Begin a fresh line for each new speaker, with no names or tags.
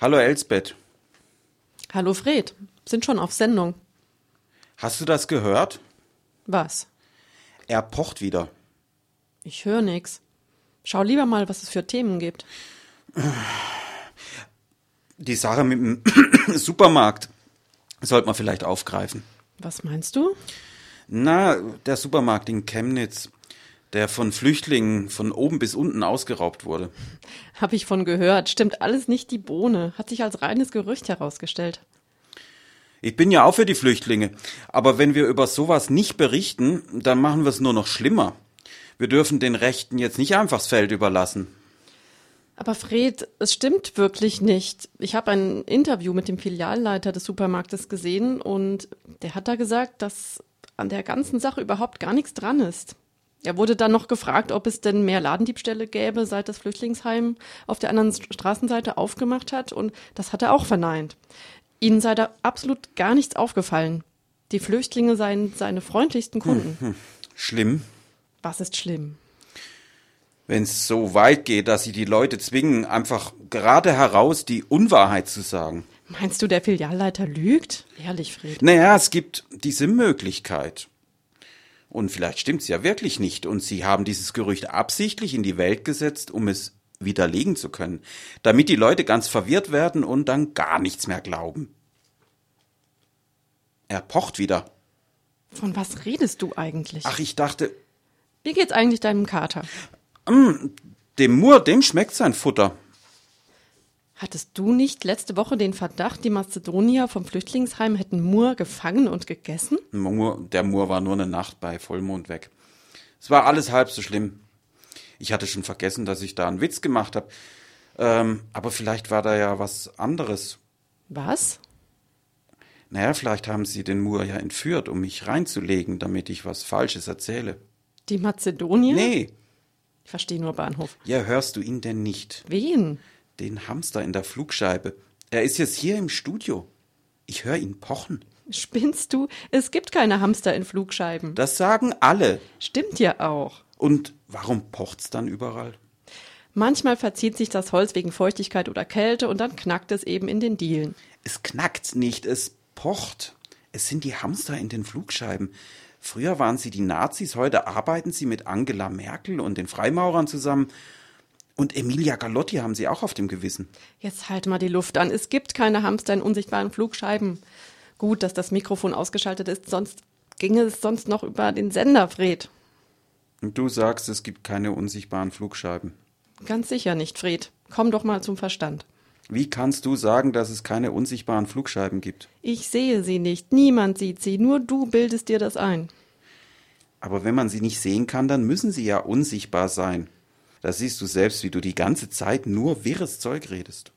Hallo Elsbeth,
Hallo Fred, sind schon auf Sendung.
hast du das gehört?
Was?
Er pocht wieder.
Ich höre nix. Schau lieber mal, was es für Themen gibt.
Die Sache mit dem Supermarkt sollte man vielleicht aufgreifen.
Was meinst du?
Na, der Supermarkt in Chemnitz, der von Flüchtlingen von oben bis unten ausgeraubt wurde.
Hab ich von gehört. Stimmt alles nicht die Bohne. Hat sich als reines Gerücht herausgestellt.
Ich bin ja auch für die Flüchtlinge, aber wenn wir über sowas nicht berichten, dann machen wir es nur noch schlimmer. Wir dürfen den Rechten jetzt nicht einfach das Feld überlassen.
Aber Fred, es stimmt wirklich nicht. Ich habe ein Interview mit dem Filialleiter des Supermarktes gesehen und der hat da gesagt, dass an der ganzen Sache überhaupt gar nichts dran ist. Er wurde dann noch gefragt, ob es denn mehr Ladendiebstähle gäbe, seit das Flüchtlingsheim auf der anderen St- Straßenseite aufgemacht hat und das hat er auch verneint. Ihnen sei da absolut gar nichts aufgefallen. Die Flüchtlinge seien seine freundlichsten Kunden.
Hm, Schlimm,
Was ist schlimm?
wenn es so weit geht, dass sie die Leute zwingen, einfach gerade heraus die Unwahrheit zu sagen.
Meinst du, der Filialleiter lügt? Ehrlich, Fred.
Naja, es gibt diese Möglichkeit. Und vielleicht stimmt's ja wirklich nicht. Und sie haben dieses Gerücht absichtlich in die Welt gesetzt, um es widerlegen zu können, damit die Leute ganz verwirrt werden und dann gar nichts mehr glauben. Er pocht wieder.
Von was redest du eigentlich?
Ach, ich dachte,
Wie geht's eigentlich deinem Kater?
dem Moor, dem schmeckt sein Futter.
Hattest du nicht letzte Woche den Verdacht, die Mazedonier vom Flüchtlingsheim hätten Moore gefangen und gegessen?
Moor- Der Moor war nur eine Nacht bei Vollmond weg. Es war alles halb so schlimm. Ich hatte schon vergessen, dass ich da einen Witz gemacht habe. Ähm, aber vielleicht war da ja was anderes.
Was?
Naja, vielleicht haben sie den Moor ja entführt, um mich reinzulegen, damit ich was Falsches erzähle.
Die Mazedonier?
Nee,
Ich verstehe nur Bahnhof.
ja, hörst du ihn denn nicht?
Wen?
Den Hamster in der Flugscheibe. Er ist jetzt hier im Studio. Ich höre ihn pochen.
Spinnst du? Es gibt keine Hamster in Flugscheiben.
Das sagen alle.
Stimmt ja auch.
Und warum pocht's dann überall?
Manchmal verzieht sich das Holz wegen Feuchtigkeit oder Kälte und dann knackt es eben in den Dielen.
Es knackt nicht, es pocht. Es sind die Hamster in den Flugscheiben. Früher waren sie die Nazis, heute arbeiten sie mit Angela Merkel und den Freimaurern zusammen. Und Emilia Galotti haben sie auch auf dem Gewissen.
Jetzt halt mal die Luft an. Es gibt keine Hamster in unsichtbaren Flugscheiben. Gut, dass das Mikrofon ausgeschaltet ist, sonst ginge es sonst noch über den Sender, Fred.
Und du sagst, es gibt keine unsichtbaren Flugscheiben.
Ganz sicher nicht, Fred. Komm doch mal zum Verstand.
Wie kannst du sagen, dass es keine unsichtbaren Flugscheiben gibt?
Ich sehe sie nicht, niemand sieht sie, nur du bildest dir das ein.
Aber wenn man sie nicht sehen kann, dann müssen sie ja unsichtbar sein. Da siehst du selbst, wie du die ganze Zeit nur wirres Zeug redest.